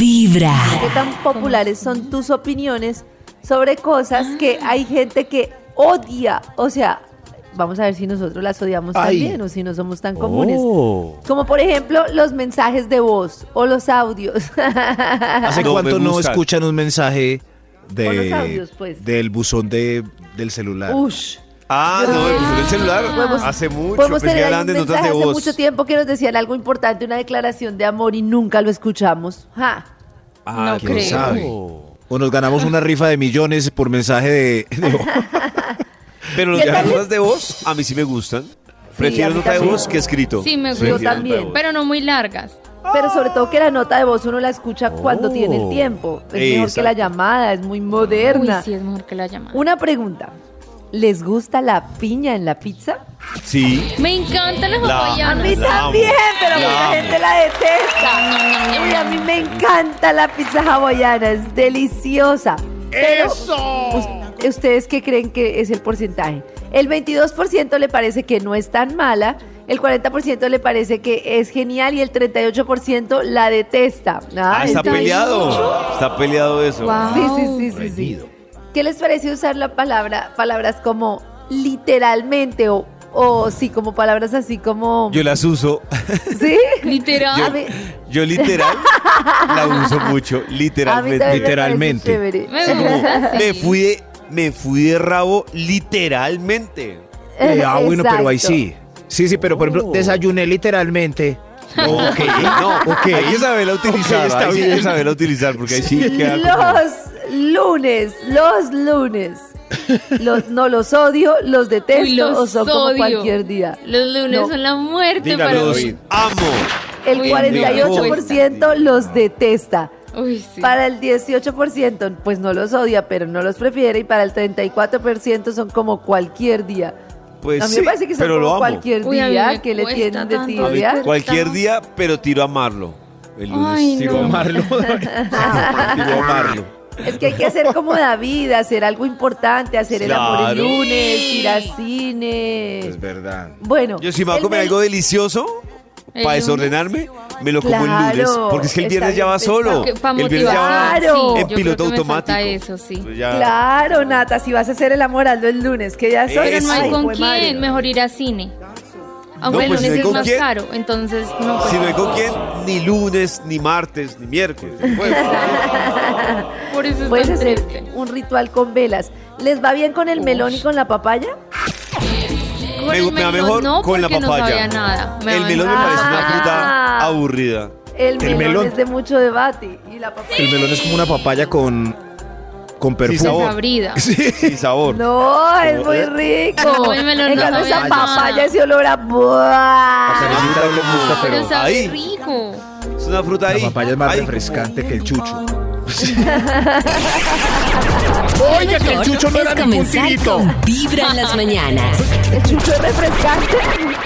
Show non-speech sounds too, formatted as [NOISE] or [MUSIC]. Vibra. ¿Qué tan populares son tus opiniones sobre cosas que Ah. hay gente que odia? O sea, vamos a ver si nosotros las odiamos Ay. también o si no somos tan comunes. Oh. Como por ejemplo los mensajes de voz o los [LAUGHS] audios. ¿Hace No me cuánto no gustan. escuchan un mensaje Pon de, los audios, pues. del buzón de, del celular? Ush. Ah, no, el uso del celular Podemos- hace mucho. Podemos pensé pues que tener hablaban algún de notas mensaje de hace voz. mucho tiempo que nos decían algo importante, una declaración de amor y nunca lo escuchamos. Ja. Ah, No ¿quién creo. sabe? O nos ganamos una rifa de millones por mensaje de... de- Pero los ¿Qué de tal? notas de voz a mí sí me gustan. Prefiero a mí nota de también. voz que escrito. Sí, me Prefiero Yo nota gusta. de también. voz. Pero no muy largas. Pero sobre todo que la nota de voz uno la escucha cuando tiene el tiempo. Es mejor que Oh. Exacto. la llamada, es muy moderna. Uy, sí, es mejor que la llamada. Una pregunta. ¿Les gusta la piña en la pizza? Sí. Me encantan las La- A mí hawaianas. La amo, también, pero la mucha amo. gente la detesta. Uy, a mí me encanta la pizza hawaiana, es deliciosa. ¡Eso! ¿Ustedes qué creen que es el porcentaje? El 22% le parece que no es tan mala, el 40% le parece que es genial y el 38% la detesta. Ah, Ay, está no. peleado. Está peleado eso. Guau. Sí, sí, sí, sí, sí. Oh. ¿Qué les parece usar la palabra, palabras como literalmente o, o sí, como palabras así como... Yo las uso. [LAUGHS] [LAUGHS] ¿Sí? Literal. A Yo, mí- yo literal la uso mucho. A mí también Literalmente. Literalmente. Me parece chévere. [LAUGHS] Me Sí, como, gusta, sí. me fui de, me fui de rabo literalmente. Eh, ah, bueno, pero ahí Exacto. sí. Sí, sí, pero por Oh. ejemplo, desayuné literalmente. No, ok, [LAUGHS] no, ok. Hay que saberla utilizar, Ok, está hay que bien. saberla utilizar, porque ahí sí queda como- Los lunes, los [LAUGHS] lunes. Los, no los odio, los detesto Uy, los o son como odio. cualquier día. Los lunes No. son la muerte Dígalo, para David. mí. amo. El Uy, 48% los detesta. Uy, sí. Para el 18% pues no los odia, pero no los prefiere. Y para el 34% son como cualquier día. Pues a mí sí, me parece que son pero lo como amo. cualquier Uy, a mí día me que le cuesta tienen de tanto. A mí tibiar. cualquier día, pero tiro a amarlo. El lunes Ay, tiro no. a amarlo. tiro a amarlo. Es que hay que hacer como David, hacer algo importante, hacer el amor el Claro. Pues lunes, ir al Es cine. verdad. Bueno. Yo si me voy a el comer ve- algo delicioso El para lunes. desordenarme, me lo como el Claro, lunes. Porque es que el está viernes ya bien va solo. Que Para el viernes ya va motivar, Claro. sí, en yo creo piloto que me automático. Pues falta eso, sí. Ya- Claro, Nata, si vas a hacer el amor, hazlo el lunes, que ya soy. Pero no hay Eso. con jue quién, madre. mejor ir a cine. No, Aunque pues, el si no hay lunes es con más quién. caro, entonces no. pues, Si no hay con quién, ni lunes, ni martes, ni miércoles. Pues, por eso es Puedes tan hacer triste. un ritual con velas. ¿Les va bien con el melón y con la papaya? Con me, el me va melón mejor no, con la porque papaya. No sabía nada. el va melón me mejor. parece una fruta Ah. aburrida. El melón, melón. es de mucho debate. Y la papaya. El melón es como una papaya con, con sabor. perfume. Desabrida. Sin sabor. No, es ¿eh? muy rico. No, [LAUGHS] el melón Me no encanta sabe esa a papaya, nada. ese olor a. ¡Buah! Hasta el le gusta, Pero pero sabe ahí. rico. Es una fruta ahí. la papaya es más Ahí. refrescante que el chucho. Oiga, que el chucho no era comenzar con Vibra en las mañanas. El chucho es refrescante.